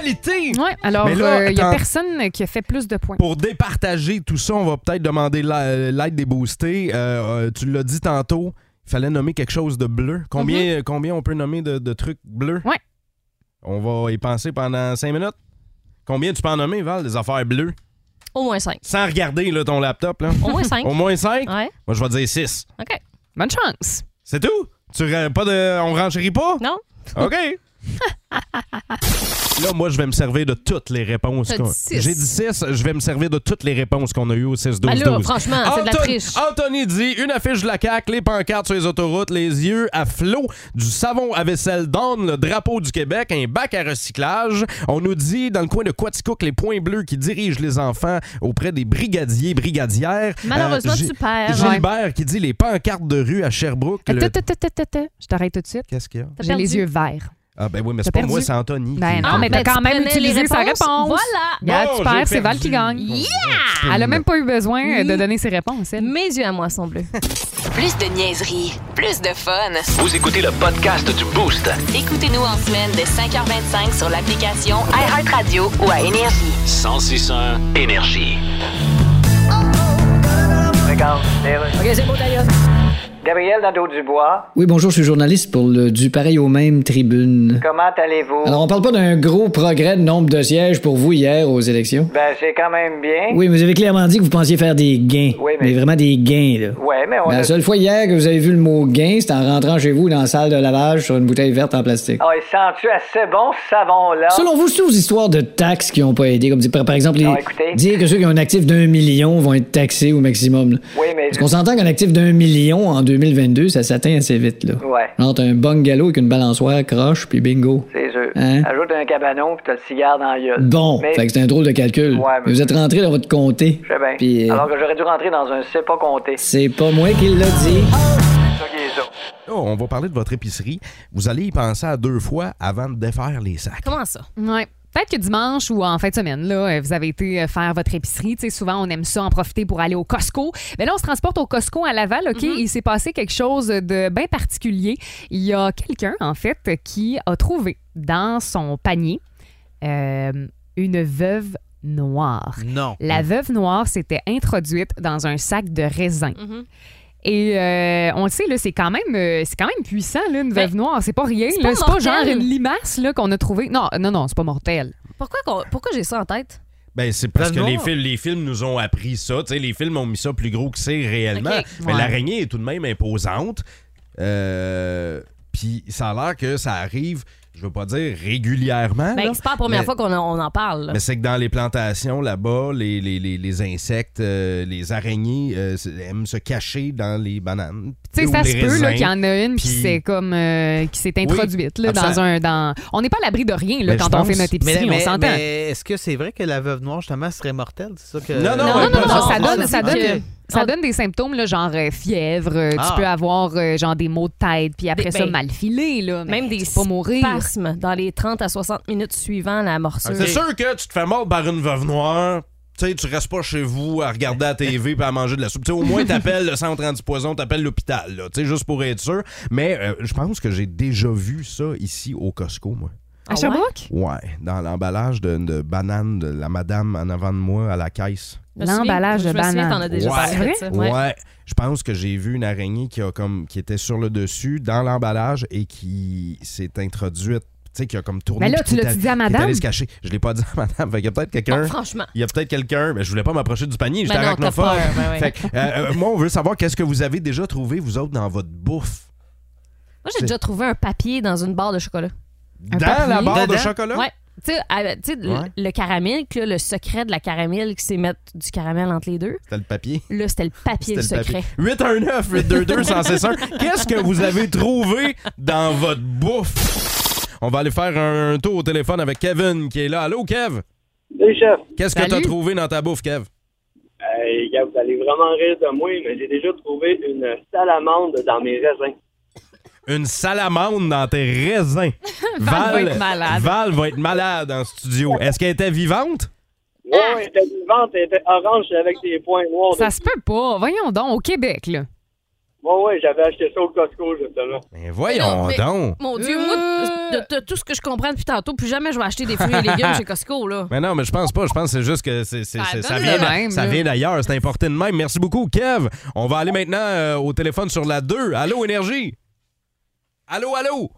Speaker 3: Égalité!
Speaker 4: Ouais. Alors,
Speaker 3: Mais
Speaker 4: il
Speaker 3: là,
Speaker 4: n'y a
Speaker 3: attends.
Speaker 4: personne qui a fait plus de points.
Speaker 3: Pour départager tout ça, on va peut-être demander la- l'aide des boostés. Euh, euh, tu l'as dit tantôt, il fallait nommer quelque chose de bleu. Combien,
Speaker 5: Mhm.
Speaker 3: combien on peut nommer de, de trucs bleus?
Speaker 4: Ouais.
Speaker 3: On va y penser pendant cinq minutes. Combien tu peux en nommer, Val, des affaires bleues?
Speaker 5: Au moins 5.
Speaker 3: Sans regarder là, ton laptop. Là.
Speaker 5: Au moins 5.
Speaker 3: Au moins cinq?
Speaker 5: Ouais.
Speaker 3: Moi, je vais dire six.
Speaker 5: OK.
Speaker 4: Bonne chance.
Speaker 3: C'est tout? Tu ra- pas de. On renchérit pas?
Speaker 5: Non? <laughs>
Speaker 3: OK. Là, moi, je vais me servir de toutes les réponses.
Speaker 5: T'as
Speaker 3: qu'on-
Speaker 5: dit six.
Speaker 3: J'ai dit 6. Je vais me servir de toutes les réponses qu'on a eues au 6-12-12.
Speaker 5: Ben là, franchement,
Speaker 4: Ah,
Speaker 5: c'est de la
Speaker 3: Anton-
Speaker 5: triche.
Speaker 3: Anthony dit une affiche de la CAQ, les pancartes sur les autoroutes, les yeux à flot, du savon à vaisselle d'Anne, le drapeau du Québec, un bac à recyclage. On nous dit dans le coin de Quaticook les points bleus qui dirigent les enfants auprès des brigadiers, brigadières.
Speaker 5: Malheureusement,
Speaker 3: Gi-
Speaker 5: tu perds.
Speaker 3: Gilbert qui dit les pancartes de rue à Sherbrooke. le-
Speaker 4: Attends, attends, attends, attends, attends. Je t'arrête tout de suite.
Speaker 3: Qu'est-ce qu'il y a?
Speaker 5: T'as
Speaker 4: J'ai les
Speaker 5: perdu.
Speaker 4: yeux verts.
Speaker 3: Ah ben oui, mais c'est
Speaker 4: T'as
Speaker 3: pas moi,
Speaker 4: perdu.
Speaker 3: c'est Anthony.
Speaker 4: Ben
Speaker 3: qui-
Speaker 4: non, mais t'as
Speaker 5: Ben,
Speaker 4: quand
Speaker 5: tu
Speaker 4: même
Speaker 5: prenais les
Speaker 4: utilisé sa
Speaker 5: réponses.
Speaker 4: réponse.
Speaker 5: Voilà.
Speaker 4: Regarde,
Speaker 3: Bon,
Speaker 4: tu
Speaker 3: j'ai
Speaker 4: perds, c'est Val
Speaker 3: perdu. Oh,
Speaker 4: qui gagne.
Speaker 3: Mmh.
Speaker 4: Elle a même pas eu besoin euh, de donner ses réponses, elle.
Speaker 5: Mes yeux à moi sont
Speaker 4: <laughs>
Speaker 5: bleus.
Speaker 1: Plus de niaiserie, plus de fun.
Speaker 2: Vous écoutez le podcast du Boost.
Speaker 1: Écoutez-nous en semaine de 5h25 sur l'application iHeartRadio ou à Énergie.
Speaker 2: 1061 Énergie.
Speaker 7: Regarde, Gabriel Nadeau-Dubois,
Speaker 8: Oui, bonjour, je suis journaliste pour le Du Pareil au Même Tribune.
Speaker 7: comment allez-vous?
Speaker 8: Alors, on parle pas d'un gros progrès de nombre de sièges pour vous hier aux élections.
Speaker 7: Ben, c'est quand même bien.
Speaker 8: Oui, mais vous avez clairement dit que vous pensiez faire des gains.
Speaker 7: Oui, mais-
Speaker 8: mais vraiment des gains, là.
Speaker 7: Ouais, mais on
Speaker 8: La
Speaker 7: a...
Speaker 8: seule fois hier que vous avez vu le mot gain, c'était en rentrant chez vous dans la salle de lavage sur une bouteille verte en plastique.
Speaker 7: Ah, il sent-tu assez bon, ce savon-là?
Speaker 8: Selon vous, c'est aux histoires de taxes qui n'ont pas aidé, comme dire, par, par exemple les-
Speaker 7: Non, Ah, écoutez.
Speaker 8: dire que ceux qui ont un actif d'un million vont être taxés au maximum. là.
Speaker 7: Oui, mais...
Speaker 8: Parce qu'on s'entend qu'un actif d'un million en 2022, ça s'atteint assez vite. Là.
Speaker 7: Ouais,
Speaker 8: Entre un bungalow avec une balançoire, croche, puis bingo.
Speaker 7: c'est sûr.
Speaker 8: Hein?
Speaker 7: Ajoute un cabanon, puis t'as le cigare dans la gueule.
Speaker 8: Bon,
Speaker 7: Mais-
Speaker 8: fait que c'est un drôle de calcul.
Speaker 7: Ouais, mais-
Speaker 8: Vous êtes rentré dans votre comté.
Speaker 7: Je sais bien.
Speaker 8: Puis, euh,
Speaker 7: Alors que j'aurais dû rentrer dans un c'est pas compté.
Speaker 8: C'est pas moi qui l'a dit.
Speaker 7: C'est ça qui est ça.
Speaker 3: Oh, on va parler de votre épicerie. Vous allez y penser à deux fois avant de défaire les sacs.
Speaker 5: Comment ça?
Speaker 4: Ouais. Peut-être que dimanche ou en fin de semaine, là, euh, vous avez été euh, faire votre épicerie. Tu sais, souvent, on aime ça en profiter pour aller au Costco. Mais là, on se transporte au Costco à Laval, OK?
Speaker 5: Mm-hmm.
Speaker 4: Il s'est passé quelque chose de bien particulier. Il y a quelqu'un, en fait, qui a trouvé dans son panier euh, une veuve noire.
Speaker 2: Non.
Speaker 5: Mm.
Speaker 4: La veuve noire s'était introduite dans un sac de raisin. Et euh, on le sait, là, c'est quand même, euh, c'est quand même puissant, là, une veuve noire. C'est pas rien.
Speaker 5: Ben, c'est
Speaker 4: là.
Speaker 5: pas
Speaker 4: C'est pas, genre
Speaker 5: mortel.
Speaker 4: une limace là, qu'on a trouvée. Non, non, non, c'est pas mortel.
Speaker 5: Pourquoi, qu'on- pourquoi j'ai ça en tête?
Speaker 3: Ben c'est parce que
Speaker 2: Noir.
Speaker 3: les films, les films nous ont appris ça. Tu sais, les films ont mis ça plus gros que c'est réellement.
Speaker 5: Ok.
Speaker 3: Mais
Speaker 4: Ouais.
Speaker 3: l'araignée est tout de même imposante. Euh, Puis ça a l'air que ça arrive. Je veux pas dire
Speaker 4: Ah
Speaker 3: régulièrement. là,
Speaker 5: Ben, c'est pas la première
Speaker 3: mais-
Speaker 5: fois qu'on en- on en parle. là.
Speaker 3: Mais c'est que dans les plantations, là-bas, les, les- les- les insectes, euh, les araignées euh, s- aiment se cacher dans les bananes.
Speaker 4: Tu sais,
Speaker 3: Ou
Speaker 4: ça
Speaker 3: les
Speaker 4: se peut là,
Speaker 3: raisins.
Speaker 4: qu'il y en a une qui
Speaker 3: puis-
Speaker 4: s'est comme euh, qui s'est introduite là, dans
Speaker 3: absolument.
Speaker 4: un dans. On n'est pas à l'abri de rien là,
Speaker 3: Mais je
Speaker 4: quand on fait
Speaker 3: pense.
Speaker 4: notre épicerie, on s'entend.
Speaker 9: mais est-ce que c'est vrai que la veuve noire, justement, serait mortelle? C'est ça que...
Speaker 3: Non, non,
Speaker 5: Non, non,
Speaker 3: pas ça.
Speaker 5: non, non,
Speaker 4: ça donne,
Speaker 5: non,
Speaker 4: ça
Speaker 5: non,
Speaker 4: donne,
Speaker 5: non.
Speaker 4: ça
Speaker 5: Ok.
Speaker 4: donne des symptômes là, genre euh, fièvre, euh,
Speaker 9: Ah.
Speaker 4: tu peux avoir euh, genre des maux de tête, puis après
Speaker 5: Des-
Speaker 4: ça
Speaker 5: ben,
Speaker 4: mal filé là, mais
Speaker 5: Même des
Speaker 4: tu peux pas mourir.
Speaker 5: spasmes dans les 30 à 60 minutes suivant la morsure.
Speaker 3: Ah, C'est sûr que tu te fais mordre par une veuve noire. tu tu sais, tu restes pas chez vous à regarder la TV puis à manger de la soupe. Tu sais, au moins, t'appelles le centre antipoison, t'appelles l'hôpital, là, tu sais, juste pour être sûr. Mais euh, je pense que j'ai déjà vu ça ici au Costco, moi.
Speaker 4: À
Speaker 5: Ah
Speaker 4: Sherbrooke?
Speaker 3: Ouais, dans l'emballage de, de banane de la madame en avant de moi à la caisse.
Speaker 5: Je me souviens-
Speaker 4: L'emballage de
Speaker 5: Je me souviens,
Speaker 4: banane.
Speaker 5: t'en as déjà parlé
Speaker 4: Ouais.
Speaker 5: de ça.
Speaker 3: Ouais.
Speaker 5: Ouais.
Speaker 3: Je pense que j'ai vu une araignée qui a comme qui était sur le dessus dans l'emballage et qui s'est introduite, tu sais qui a comme tourné.
Speaker 4: Mais là,
Speaker 3: puis
Speaker 4: tu
Speaker 3: qui est
Speaker 4: l'as-tu
Speaker 3: allée-
Speaker 4: dit à
Speaker 3: qui est allée
Speaker 4: madame?
Speaker 3: se cacher. Je l'ai pas dit à madame. Fait qu'il y a peut-être quelqu'un.
Speaker 5: Bon, franchement.
Speaker 3: il y a peut-être quelqu'un, mais je voulais pas m'approcher du panier, j'étais
Speaker 5: Ben non, t'as
Speaker 3: arachnophobe.
Speaker 5: peur, ben oui.
Speaker 3: Fait que, euh, euh, moi, on veut savoir qu'est-ce que vous avez déjà trouvé, vous autres, dans votre bouffe.
Speaker 5: Moi, j'ai déjà trouvé un papier dans une barre de chocolat.
Speaker 3: dans
Speaker 4: papier.
Speaker 3: la barre de
Speaker 9: Dedans?
Speaker 3: chocolat?
Speaker 5: Ouais. Tu sais, euh, tu sais, le-
Speaker 3: Ouais.
Speaker 5: le caramel, que là, le secret de la caramel, c'est mettre du caramel entre les deux.
Speaker 3: C'était le papier.
Speaker 5: Là, c'était le papier le
Speaker 3: C'était le
Speaker 5: secret.
Speaker 3: papier. 819 822
Speaker 5: <laughs>
Speaker 3: 161 Qu'est-ce que vous avez trouvé dans votre bouffe? On va aller faire un tour au téléphone avec Kevin qui est là. Allô, Kev?
Speaker 6: Hey, chef.
Speaker 3: Qu'est-ce que
Speaker 4: Salut.
Speaker 3: t'as trouvé dans ta bouffe, Kev?
Speaker 6: Hey, gars, vous allez vraiment rire de moi, mais j'ai déjà trouvé une salamande dans mes raisins.
Speaker 3: Une salamande dans tes raisins.
Speaker 5: <laughs>
Speaker 4: Val va être malade.
Speaker 3: Val va être malade en studio. Est-ce qu'elle était vivante? Ah!
Speaker 6: Ouais, elle était vivante, elle était orange avec des points noirs.
Speaker 4: Ça se peut pas. Voyons donc, au Québec, là.
Speaker 6: Ouais, ouais, j'avais acheté ça au Costco, justement.
Speaker 3: Mais Ben voyons
Speaker 5: Non, mais-
Speaker 3: donc.
Speaker 5: Mon Dieu, moi,
Speaker 4: Euh.
Speaker 5: de, de tout ce que je comprends depuis tantôt, plus jamais je vais acheter des fruits
Speaker 4: <laughs>
Speaker 5: et légumes chez Costco, là.
Speaker 3: Mais non, mais je pense pas. Je pense que c'est juste que c'est, c'est-
Speaker 5: Ça
Speaker 3: c'est-
Speaker 5: donne
Speaker 3: vient,
Speaker 4: le même,
Speaker 3: ça
Speaker 4: là.
Speaker 3: vient d'ailleurs. C'est importé de même. Merci beaucoup, Kev. On va aller maintenant euh, au téléphone sur la 2. Allô, Énergie? Allô, allô?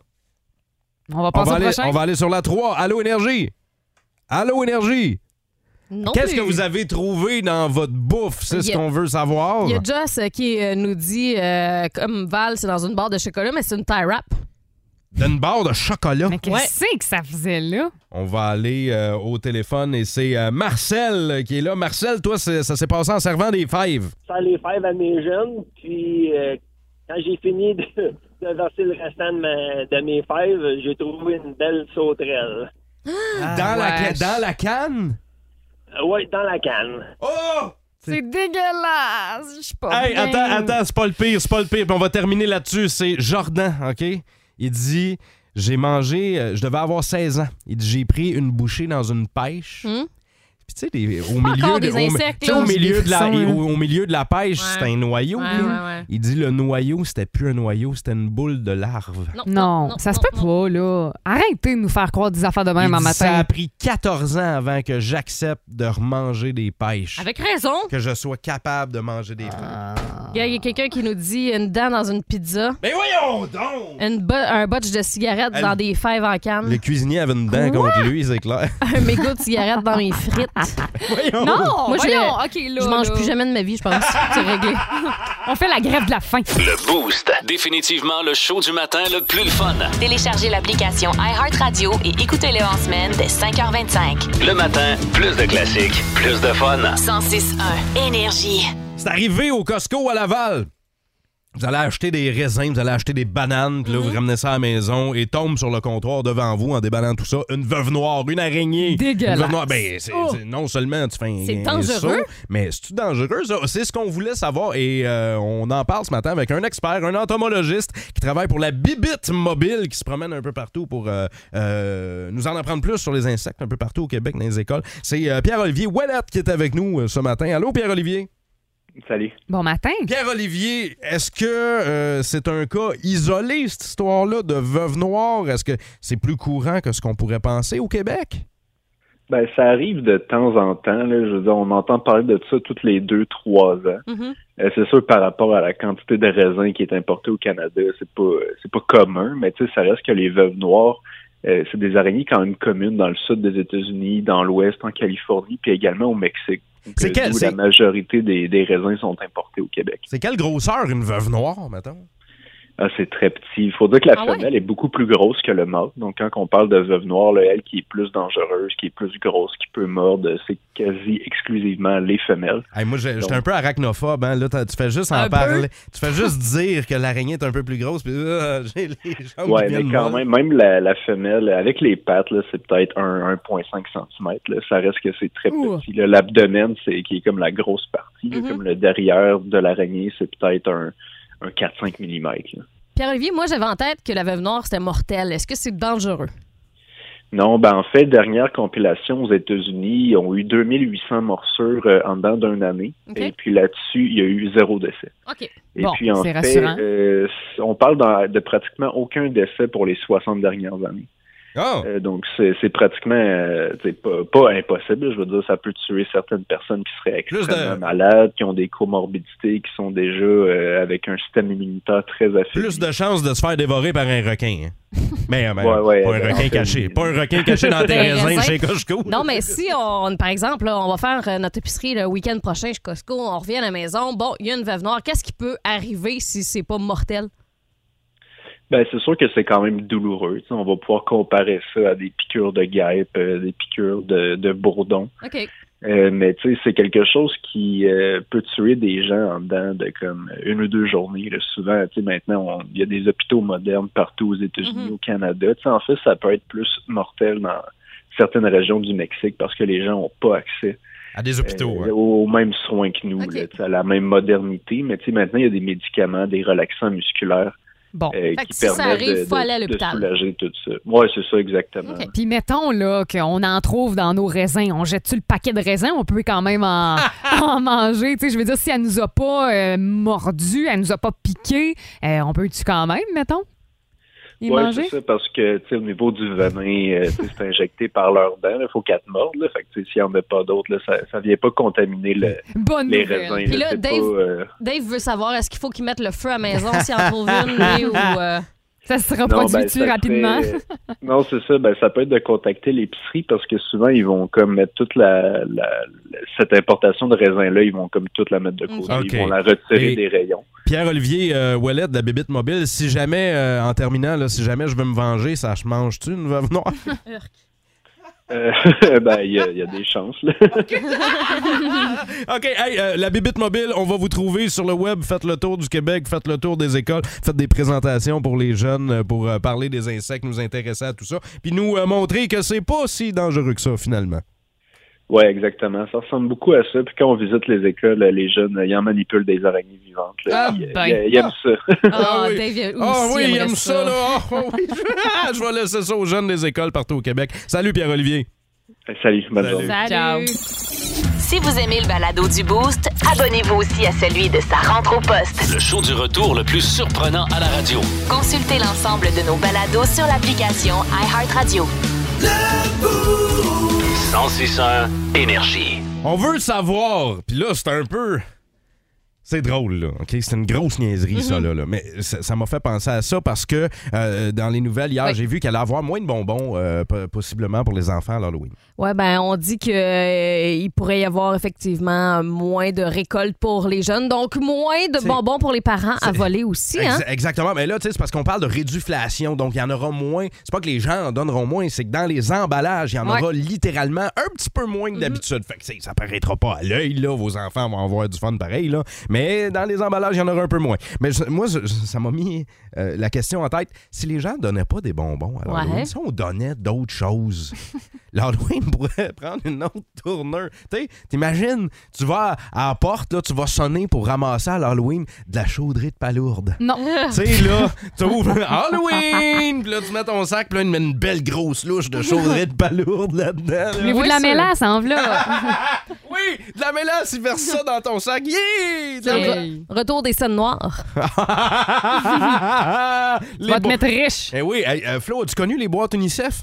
Speaker 4: On va
Speaker 3: On
Speaker 4: passer
Speaker 3: va,
Speaker 4: au
Speaker 3: aller,
Speaker 4: prochain.
Speaker 3: on va aller sur la 3. Allô, Énergie? Allô, Énergie?
Speaker 5: Non
Speaker 3: Qu'est-ce
Speaker 5: plus.
Speaker 3: que vous avez trouvé dans votre bouffe? C'est ce
Speaker 5: Il y a-
Speaker 3: qu'on veut savoir.
Speaker 5: Il y a Joss euh, qui euh, nous dit, euh, comme Val, c'est dans une barre de chocolat, mais c'est une tie wrap.
Speaker 3: D'une barre de chocolat.
Speaker 4: Mais qu'est-ce que c'est que ça faisait là?
Speaker 3: On va aller euh, au téléphone et c'est euh, Marcel qui est là. Marcel, toi, c'est- ça s'est passé en servant des fèves.
Speaker 6: Faire les fèves à mes jeunes, puis euh, quand j'ai fini de, <laughs> de verser le restant de, ma- de mes fèves, j'ai trouvé une belle sauterelle.
Speaker 5: Ah,
Speaker 3: dans, la ca-
Speaker 4: wesh.
Speaker 3: dans la canne?
Speaker 6: Euh, ouais, dans la canne.
Speaker 3: Oh!
Speaker 4: C'est dégueulasse. Je suis pas.
Speaker 3: Hey,
Speaker 4: bien.
Speaker 3: attends, attends, c'est pas le pire, c'est pas le pire. Puis on va terminer là-dessus. C'est Jordan, OK? Il dit J'ai mangé, euh, je devais avoir 16 ans. Il dit J'ai pris une bouchée dans une pêche.
Speaker 5: Hmm.
Speaker 3: Puis tu sais, des- au
Speaker 5: Pas
Speaker 3: milieu
Speaker 5: encore
Speaker 3: de-
Speaker 5: des
Speaker 3: au mi-
Speaker 5: insectes,
Speaker 3: tu sais,
Speaker 5: là,
Speaker 3: au
Speaker 5: c'est
Speaker 3: milieu
Speaker 5: des
Speaker 3: de la-
Speaker 5: frissons,
Speaker 3: au, au milieu de la pêche,
Speaker 5: Ouais.
Speaker 3: c'est un noyau.
Speaker 5: Ouais,
Speaker 3: là.
Speaker 5: ouais, ouais.
Speaker 3: Il dit Le noyau, c'était plus un noyau, c'était une boule de larve.
Speaker 4: Non, ça se peut
Speaker 5: non.
Speaker 4: pas, là. Arrêtez de nous faire croire des affaires de même
Speaker 3: Il
Speaker 4: en
Speaker 3: dit, Ça
Speaker 4: matin.
Speaker 3: a pris 14 ans avant que j'accepte de remanger des pêches.
Speaker 5: Avec raison.
Speaker 3: Que je sois capable de manger des
Speaker 5: Ah.
Speaker 3: fèves.
Speaker 4: Ah.
Speaker 5: Il y a- il y a quelqu'un qui nous dit une dent dans une pizza,
Speaker 3: Mais voyons donc!
Speaker 5: une bo- un botch de cigarettes
Speaker 3: Elle-
Speaker 5: dans des fèves en canne,
Speaker 3: Le cuisinier avait une dent contre lui, c'est
Speaker 5: <laughs>
Speaker 3: clair.
Speaker 5: un mégot de cigarette dans mes
Speaker 4: <laughs>
Speaker 5: frites.
Speaker 3: Voyons.
Speaker 4: Non, Oh,
Speaker 5: Moi, je-
Speaker 4: voyons, OK, là.
Speaker 5: je mange
Speaker 4: là.
Speaker 5: plus jamais de ma vie, je pense. C'est réglé.
Speaker 4: <laughs> On fait la grève de la faim.
Speaker 2: Le Boost. Définitivement le show du matin le plus le fun.
Speaker 1: Téléchargez l'application iHeartRadio et écoutez-le en semaine dès 5h25.
Speaker 2: Le matin, plus de classiques, plus de fun.
Speaker 1: 106.1 Énergie.
Speaker 3: C'est arrivé au Costco à Laval. Vous allez acheter des raisins, vous allez acheter des bananes, puis là,
Speaker 5: Mhm.
Speaker 3: vous ramenez ça à la maison et tombe sur le comptoir devant vous en déballant tout ça. Une veuve noire, une araignée.
Speaker 4: Dégueulasse.
Speaker 3: Une veuve noire. Ben, c'est- c'est- non seulement tu fais un.
Speaker 5: Oh. C'est
Speaker 3: un
Speaker 5: dangereux.
Speaker 3: saut, mais c'est-tu dangereux, ça? C'est ce qu'on voulait savoir et euh, on en parle ce matin avec un expert, un entomologiste qui travaille pour la Bibite Mobile qui se promène un peu partout pour euh, euh, nous en apprendre plus sur les insectes un peu partout au Québec, dans les écoles. C'est euh, Pierre-Olivier Ouellette qui est avec nous euh, ce matin. Allô, Pierre-Olivier?
Speaker 6: Salut.
Speaker 4: Bon matin.
Speaker 3: Pierre-Olivier, est-ce que euh, c'est un cas isolé, cette histoire-là de veuve noire? Est-ce que c'est plus courant que ce qu'on pourrait penser au Québec?
Speaker 6: Ben, ça arrive de temps en temps. Là, je veux dire, on entend parler de ça toutes les deux, trois ans.
Speaker 5: Mhm.
Speaker 6: Euh, c'est sûr par rapport à la quantité de raisins qui est importée au Canada, c'est pas c'est pas commun, mais tu sais, ça reste que les veuves noires, euh, c'est des araignées quand même communes dans le sud des États-Unis, dans l'ouest, en Californie, puis également au Mexique. Donc,
Speaker 3: C'est
Speaker 6: euh,
Speaker 3: quel-
Speaker 6: d'où
Speaker 3: c'est-
Speaker 6: la majorité des, des raisins sont importés au Québec.
Speaker 3: C'est quelle grosseur une veuve noire, mettons?
Speaker 6: Ah, c'est très petit. Il faut dire que la
Speaker 5: Ah ouais?
Speaker 6: femelle est beaucoup plus grosse que le mâle. Donc, quand on parle de veuve noire, là, elle qui est plus dangereuse, qui est plus grosse, qui peut mordre, c'est quasi exclusivement les femelles.
Speaker 3: Hey, moi, j'ai- j'étais un peu arachnophobe. hein. Là, t'as- tu fais juste en
Speaker 5: Un peu.
Speaker 3: parler. Tu fais juste dire que l'araignée est un peu plus grosse. Puis, euh, <laughs> j'ai les jambes
Speaker 6: Ouais,
Speaker 3: qui
Speaker 6: mais
Speaker 3: viennent
Speaker 6: quand
Speaker 3: molles.
Speaker 6: même, même la, la femelle, avec les pattes, là, c'est peut-être un 1,5 cm. Là. Ça reste que c'est très
Speaker 4: Ouh.
Speaker 6: petit. là. L'abdomen, c'est qui est comme la grosse partie, là,
Speaker 5: Mhm.
Speaker 6: comme le derrière de l'araignée, c'est peut-être un, un 4-5 mm.
Speaker 5: Pierre-Olivier, moi, j'avais en tête que la veuve noire, c'était mortel. Est-ce que c'est dangereux?
Speaker 6: Non, ben en fait, dernière compilation aux États-Unis, ils ont eu 2800 morsures euh, en dedans d'une année.
Speaker 5: OK.
Speaker 6: Et puis là-dessus, il y a eu zéro décès.
Speaker 5: OK.
Speaker 6: Et
Speaker 4: Bon,
Speaker 6: puis en
Speaker 4: c'est
Speaker 6: fait,
Speaker 4: rassurant.
Speaker 6: euh, on parle dans- de pratiquement aucun décès pour les 60 dernières années.
Speaker 3: Ah!
Speaker 6: Euh, donc c'est c'est pratiquement euh, c'est pas, pas impossible. Je veux dire, ça peut tuer certaines personnes qui seraient
Speaker 3: Plus de-
Speaker 6: extrêmement malades, qui ont des comorbidités, qui sont déjà euh, avec un système immunitaire très affaibli.
Speaker 3: Plus de chances de se faire dévorer par un requin. hein. Mais, euh, ben,
Speaker 6: Ouais, ouais,
Speaker 3: pas un
Speaker 6: ben, en
Speaker 3: requin
Speaker 6: fait,
Speaker 3: caché.
Speaker 6: oui.
Speaker 3: Pas un requin caché
Speaker 5: <laughs>
Speaker 3: dans tes
Speaker 5: Des
Speaker 3: raisins
Speaker 5: raisins.
Speaker 3: chez Costco.
Speaker 5: Non, mais si on, par exemple, là, on va faire euh, notre épicerie le week-end prochain chez Costco, on revient à la maison, bon, il y a une veuve noire, qu'est-ce qui peut arriver si c'est pas mortel?
Speaker 6: Ben, c'est sûr que c'est quand même douloureux. tu sais. on va pouvoir comparer ça à des piqûres de guêpe, euh, des piqûres de, de bourdon.
Speaker 5: OK.
Speaker 6: Euh, mais tu sais, c'est quelque chose qui euh, peut tuer des gens en dedans de comme une ou deux journées. là. Souvent, tu sais, maintenant, on- il y a des hôpitaux modernes partout aux États-Unis,
Speaker 5: Mhm.
Speaker 6: au Canada. Tu sais, en fait, ça peut être plus mortel dans certaines régions du Mexique parce que les gens n'ont pas accès
Speaker 3: À des hôpitaux.
Speaker 6: euh,
Speaker 3: hein.
Speaker 6: aux mêmes soins que nous,
Speaker 5: Ok.
Speaker 6: là, tu sais, à la même modernité. Mais tu sais, maintenant, il y a des médicaments, des relaxants musculaires
Speaker 4: Bon.
Speaker 6: euh,
Speaker 5: Fait que
Speaker 6: qui
Speaker 5: si ça
Speaker 6: permettent
Speaker 5: arrive,
Speaker 6: de,
Speaker 5: faut aller à
Speaker 6: de- de
Speaker 5: l'hôpital.
Speaker 6: soulager tout ça. Oui, c'est ça, exactement.
Speaker 5: Ok.
Speaker 4: Puis mettons là qu'on en trouve dans nos raisins, on jette-tu le paquet de raisins, on peut quand même
Speaker 5: <laughs>
Speaker 4: en, en manger. Tu sais, je veux dire, si elle nous a pas euh, mordu, elle nous a pas piqué, euh, on peut-tu quand même, mettons, y
Speaker 6: Ouais,
Speaker 4: manger?
Speaker 6: c'est ça, parce que tu sais, au niveau du venin, euh, tu sais, c'est injecté par leurs dents. Il faut qu'elles te mordent. Là, fait que tu sais, s'il n'y en a pas d'autres, là, ça ne vient pas contaminer le-
Speaker 4: Bonne
Speaker 6: les
Speaker 4: nouvelle.
Speaker 6: raisins.
Speaker 5: Puis là,
Speaker 6: c'est
Speaker 5: Dave-
Speaker 6: pas, euh,
Speaker 5: Dave veut savoir est-ce qu'il faut qu'il mette le feu à la
Speaker 3: <laughs>
Speaker 5: maison s'il en trouve une, lui, ou. euh,
Speaker 4: Ça se
Speaker 6: non, ben,
Speaker 4: reproduit-tu
Speaker 6: ça
Speaker 4: rapidement?
Speaker 6: fait- non, c'est ça. Ben, ça peut être de contacter l'épicerie parce que souvent, ils vont comme mettre toute la, la- cette importation de raisins-là, ils vont comme toute la mettre de côté.
Speaker 3: Ok.
Speaker 6: Ils vont la retirer
Speaker 3: Et-
Speaker 6: des rayons.
Speaker 3: Pierre-Olivier euh, Ouellet de la Bébite Mobile, si jamais, euh, en terminant, là, si jamais je veux me venger, ça se mange-tu une veuve noire? <laughs>
Speaker 6: Euh, <laughs> ben, il y, a- il y a des chances. Là.
Speaker 3: OK, hey, euh, la Bébite Mobile, on va vous trouver sur le web. Faites le tour du Québec, faites le tour des écoles, faites des présentations pour les jeunes euh, pour euh, parler des insectes, nous intéresser à tout ça, puis nous euh, montrer que c'est pas si dangereux que ça, finalement.
Speaker 6: Oui, exactement. Ça ressemble beaucoup à ça. Puis quand on visite les écoles, euh, les jeunes, ils en manipulent des araignées vivantes. Là.
Speaker 3: Ah,
Speaker 6: ils, euh,
Speaker 3: ben.
Speaker 6: ils- ils aiment ça.
Speaker 5: Ah,
Speaker 6: <laughs>
Speaker 3: Ah oui.
Speaker 5: Dave, il-
Speaker 3: Ah
Speaker 5: aussi
Speaker 3: oui, il
Speaker 5: aimerait
Speaker 3: aime ça, là. Ah oui, <laughs> je... Ah, je vais laisser ça aux jeunes des écoles partout au Québec. Salut, Pierre-Olivier.
Speaker 6: Salut, bonne journée.
Speaker 5: Salut.
Speaker 4: Ciao.
Speaker 1: Si vous aimez le balado du Boost, abonnez-vous aussi à celui de sa rentre au poste.
Speaker 2: Le show du retour le plus surprenant à la radio.
Speaker 1: Consultez l'ensemble de nos balados sur l'application iHeartRadio.
Speaker 2: 1061 Énergie.
Speaker 3: On veut savoir, puis là, c'est un peu. C'est drôle, là. OK? C'est une grosse niaiserie, ça, là. là. Mais ça ça m'a fait penser à ça parce que euh, dans les nouvelles hier,
Speaker 5: Oui.
Speaker 3: j'ai vu qu'elle allait avoir moins de bonbons, euh, po- possiblement, pour les enfants à l'Halloween.
Speaker 5: Ouais, ben on dit que euh, il pourrait y avoir effectivement moins de récoltes pour les jeunes, donc moins de
Speaker 3: C'est-
Speaker 5: bonbons pour les parents à voler aussi. Hein?
Speaker 3: Exa- Exactement. Mais là, tu sais, c'est parce qu'on parle de réduflation, donc il y en aura moins. C'est pas que les gens en donneront moins, c'est que dans les emballages, il y en
Speaker 5: Ouais. Mhm.
Speaker 3: aura littéralement un petit peu moins que d'habitude. Fait que tu sais, ça paraîtra pas à l'œil, là. Vos enfants vont avoir du fun pareil, là. Mais dans les emballages, il y en aura un peu moins. Mais je- moi, je- ça m'a mis euh, la question en tête. Si les gens donnaient pas des bonbons à
Speaker 5: Ouais.
Speaker 3: l'Halloween, si on donnait d'autres choses,
Speaker 5: <laughs>
Speaker 3: l'Halloween pourrait prendre une autre tourneur. Tu sais, t'imagines, tu vas à la porte, là, tu vas sonner pour ramasser à l'Halloween de la chaudrée de palourde.
Speaker 4: <laughs>
Speaker 5: <laughs>
Speaker 4: Non.
Speaker 3: <laughs> Tu sais, là, t'ouvres Halloween! Puis là, tu mets ton sac, puis là, il met une belle grosse louche de chaudrée de palourde là-dedans. là.
Speaker 4: Voulez-vous
Speaker 5: Oui,
Speaker 4: de la
Speaker 5: ça.
Speaker 4: mélasse en
Speaker 5: <laughs>
Speaker 4: là?
Speaker 3: Oui! De la mélasse, il verse ça dans ton sac. Yeah! De <laughs>
Speaker 5: Donc,
Speaker 3: la-
Speaker 4: Hey.
Speaker 5: Retour des scènes noires.
Speaker 3: Les
Speaker 4: Va te
Speaker 3: bo-
Speaker 4: mettre riche.
Speaker 3: Eh oui, hey, euh, Flo, as-tu connu les boîtes UNICEF?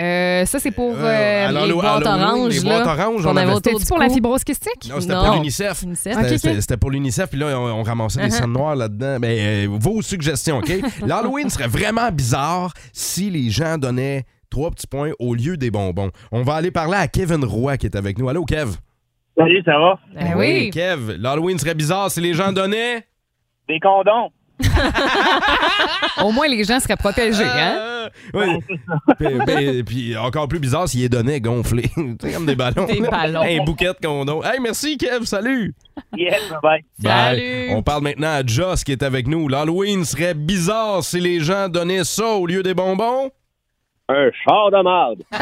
Speaker 4: Euh, ça, c'est pour.
Speaker 3: Euh,
Speaker 4: Euh,
Speaker 3: alors,
Speaker 5: les
Speaker 3: le-
Speaker 5: boîtes
Speaker 3: Halloween,
Speaker 5: oranges,
Speaker 3: Les
Speaker 5: là,
Speaker 3: boîtes oranges,
Speaker 5: qu'on
Speaker 3: on
Speaker 5: avait
Speaker 3: avait...
Speaker 5: autour
Speaker 4: C'était-tu
Speaker 5: du
Speaker 4: pour
Speaker 5: cou.
Speaker 4: la fibrose kystique?
Speaker 3: Non, c'était
Speaker 5: Non.
Speaker 3: pour l'UNICEF.
Speaker 5: UNICEF.
Speaker 3: C'était-
Speaker 4: Ok, Uh-huh. ok.
Speaker 3: C'était c'était pour l'UNICEF, puis là, on, on ramassait des scènes noires là-dedans. Mais euh, vos suggestions,
Speaker 4: <laughs>
Speaker 3: OK? L'Halloween serait vraiment bizarre si les gens donnaient trois petits points au lieu des bonbons. On va aller parler à Kevin Roy qui est avec nous. Allô, Kev?
Speaker 10: Salut, ça va?
Speaker 4: Ben oui.
Speaker 3: Kev, l'Halloween serait bizarre si les gens donnaient...
Speaker 10: Des condoms.
Speaker 4: Au moins, les gens seraient protégés, hein?
Speaker 3: Euh, oui. Puis- ben, Puis encore plus bizarre s'il les donnait <laughs> gonflés. C'est comme des ballons.
Speaker 4: Des
Speaker 3: là.
Speaker 4: ballons.
Speaker 3: Un bouquet de condoms. Hey, merci, Kev. Salut.
Speaker 10: Yes, bye.
Speaker 3: Bye.
Speaker 5: Salut.
Speaker 3: On parle maintenant à Joss qui est avec nous. L'Halloween serait bizarre si les gens donnaient ça au lieu des bonbons.
Speaker 10: Un char de marde.
Speaker 5: Ben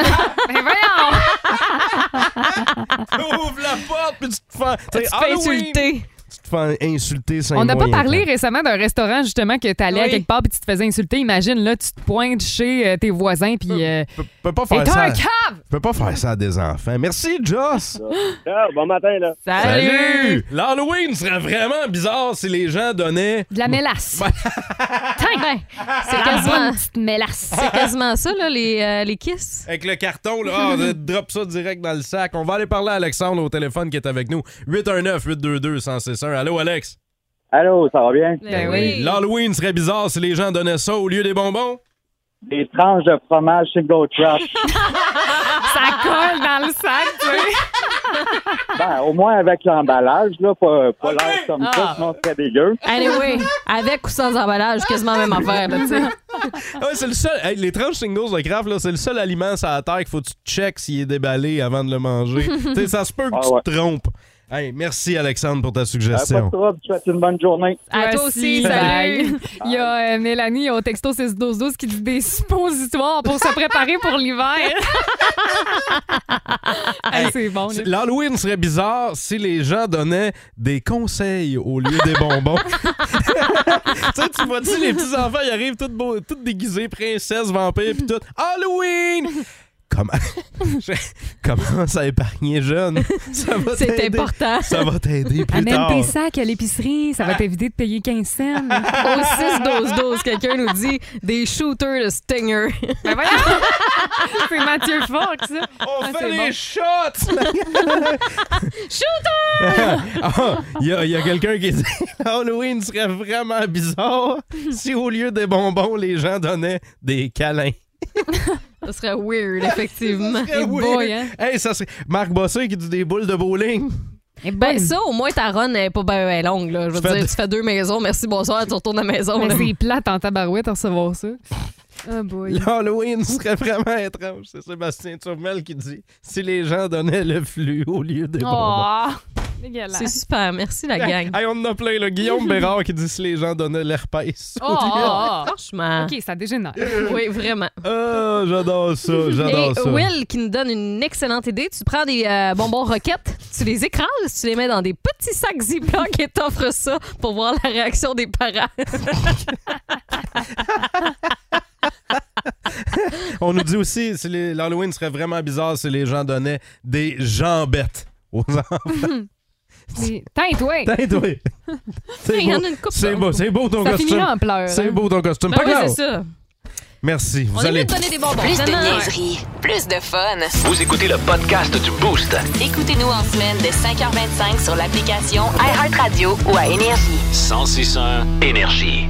Speaker 4: Mais
Speaker 5: <laughs>
Speaker 4: voyons! Ah.
Speaker 3: Ouvre la porte puis tu te fais.
Speaker 5: Tu te fais insulter.
Speaker 3: Tu te te fais insulter
Speaker 5: Ben
Speaker 3: sans
Speaker 4: On n'a pas
Speaker 3: moyen
Speaker 4: parlé
Speaker 3: temps.
Speaker 4: récemment d'un restaurant justement que t'allais à
Speaker 5: Oui.
Speaker 4: quelque part puis tu te faisais insulter. Imagine là, tu te pointes chez euh, tes voisins puis euh,
Speaker 3: Pe- Peut pas
Speaker 4: t'es
Speaker 3: faire ça.
Speaker 4: un cave.
Speaker 3: Peut pas faire ça à des enfants. Merci, Joss.
Speaker 10: Ah, bon matin, là.
Speaker 3: Salut. L'Halloween serait vraiment bizarre si les gens donnaient.
Speaker 4: De la mélasse. <laughs> Tain,
Speaker 5: Ben, c'est
Speaker 4: la bonne
Speaker 5: quasiment,
Speaker 4: petite mélasse.
Speaker 5: c'est quasiment ça, là, les, euh, les kisses.
Speaker 3: Avec le carton, là, Ah,
Speaker 10: <laughs>
Speaker 3: on drop ça direct dans le sac. On va aller parler à Alexandre au téléphone qui est avec nous. 819-822-161. Allô, Alex?
Speaker 10: Allô, ça va bien?
Speaker 5: Ben
Speaker 3: L'Halloween serait bizarre si les gens donnaient ça au lieu des bonbons.
Speaker 10: Ah. Des tranches de fromage chez Goat Trap.
Speaker 4: Ça colle dans le sac, tu sais.
Speaker 10: ben, au moins avec l'emballage, là, pas, pas l'air comme
Speaker 5: Ah.
Speaker 10: ça, sinon c'est dégueu.
Speaker 5: Anyway, avec ou sans emballage, quasiment même affaire, là, tu sais.
Speaker 3: Ah ouais, c'est le seul. hey, les tranches singles de Kraft, là, c'est le seul aliment sur la terre qu'il faut que tu checkes s'il est déballé avant de le manger.
Speaker 10: <laughs>
Speaker 3: Tu sais, ça se peut que
Speaker 10: Ah
Speaker 3: tu
Speaker 10: ouais.
Speaker 3: te trompes. Hey, merci, Alexandre, pour ta
Speaker 10: Ah, pas de
Speaker 3: suggestion.
Speaker 10: trouble, je te souhaite une bonne journée.
Speaker 5: À toi aussi, salut.
Speaker 4: bye. Il y a euh, Mélanie au texto 61212 qui dit des suppositoires pour se préparer pour l'hiver. Hey, c'est bon. là.
Speaker 3: C'est- L'Halloween serait bizarre si les gens donnaient des conseils au lieu des bonbons. tu sais, tu vois, tu les petits enfants, ils arrivent tous, beaux, tous déguisés, princesses, vampires, puis tout. Halloween! Comment, <laughs> Je- Comment ça épargner jeune? Ça va
Speaker 5: C'est
Speaker 3: t'aider.
Speaker 5: important.
Speaker 3: Ça va t'aider plus
Speaker 4: Amène
Speaker 3: tard.
Speaker 4: tes sacs à l'épicerie, ça va t'éviter de payer 15 cents.
Speaker 5: Au 6-12-12, quelqu'un nous dit des shooters de Stinger.
Speaker 4: Ben voyons! <laughs> c'est Mathieu Fox. ça.
Speaker 3: On
Speaker 4: Ah,
Speaker 3: fait
Speaker 4: c'est
Speaker 3: les
Speaker 4: bon.
Speaker 3: shots! Shooter! <laughs> Il y a, il y a quelqu'un qui dit <laughs> Halloween serait vraiment bizarre si au lieu des bonbons, les gens donnaient des câlins.
Speaker 5: Ça serait weird, effectivement.
Speaker 3: serait
Speaker 5: Et
Speaker 3: weird.
Speaker 5: boy, hein?
Speaker 3: Hey, ça serait Marc Bossé qui dit des boules de bowling.
Speaker 4: Eh
Speaker 5: Ben, ça, au moins, ta run n'est pas ben, ben longue, là. Je veux
Speaker 3: Tu fais
Speaker 5: dire,
Speaker 3: deux-
Speaker 5: tu fais deux maisons, merci, bonsoir, tu retournes à la maison,
Speaker 4: Mais
Speaker 5: là.
Speaker 4: c'est plate en tabarouette à recevoir ça.
Speaker 3: <laughs>
Speaker 4: Oh boy.
Speaker 3: L'Halloween serait vraiment étrange. C'est Sébastien Turmel qui dit si les gens donnaient le flux au lieu des bonbons.
Speaker 4: Oh!
Speaker 5: C'est
Speaker 4: Dégueulasse.
Speaker 5: super, merci, la gang.
Speaker 3: Hey, on en a plein, là. Guillaume Bérard qui dit si les gens donnaient l'herpès. au
Speaker 4: Oh,
Speaker 3: lieu-
Speaker 4: oh, oh.
Speaker 5: Franchement.
Speaker 4: OK, ça dégénère.
Speaker 5: Oui, vraiment.
Speaker 3: <laughs> Ah, j'adore ça,
Speaker 5: Et
Speaker 3: j'adore ça.
Speaker 5: Will qui nous donne une excellente idée. Tu prends des euh, bonbons roquettes, tu les écrases, tu les mets dans des petits sacs Ziploc et t'offres ça pour voir la réaction des parents.
Speaker 3: On nous dit aussi, si les- l'Halloween serait vraiment bizarre si les gens donnaient des jambettes aux enfants.
Speaker 4: C'est- Teinte-toi!
Speaker 3: Hey, toi. C'est
Speaker 5: Il y en
Speaker 3: beau,
Speaker 5: a une couple.
Speaker 3: c'est beau, c'est beau ton
Speaker 4: Ça finit
Speaker 3: costume.
Speaker 4: en pleurs.
Speaker 3: C'est
Speaker 4: hein.
Speaker 3: beau ton costume.
Speaker 5: Ben
Speaker 3: Pas
Speaker 5: oui,
Speaker 3: grave.
Speaker 5: c'est ça.
Speaker 3: Merci. Vous
Speaker 5: On est
Speaker 3: allez.
Speaker 5: mieux de donner des bonbons.
Speaker 1: Plus de
Speaker 5: Vraiment, ouais.
Speaker 1: niaiserie, plus de fun.
Speaker 2: Vous écoutez le podcast du Boost.
Speaker 1: Écoutez-nous en semaine de 5h25 sur l'application iHeartRadio ou à Énergie.
Speaker 2: 1061 Énergie.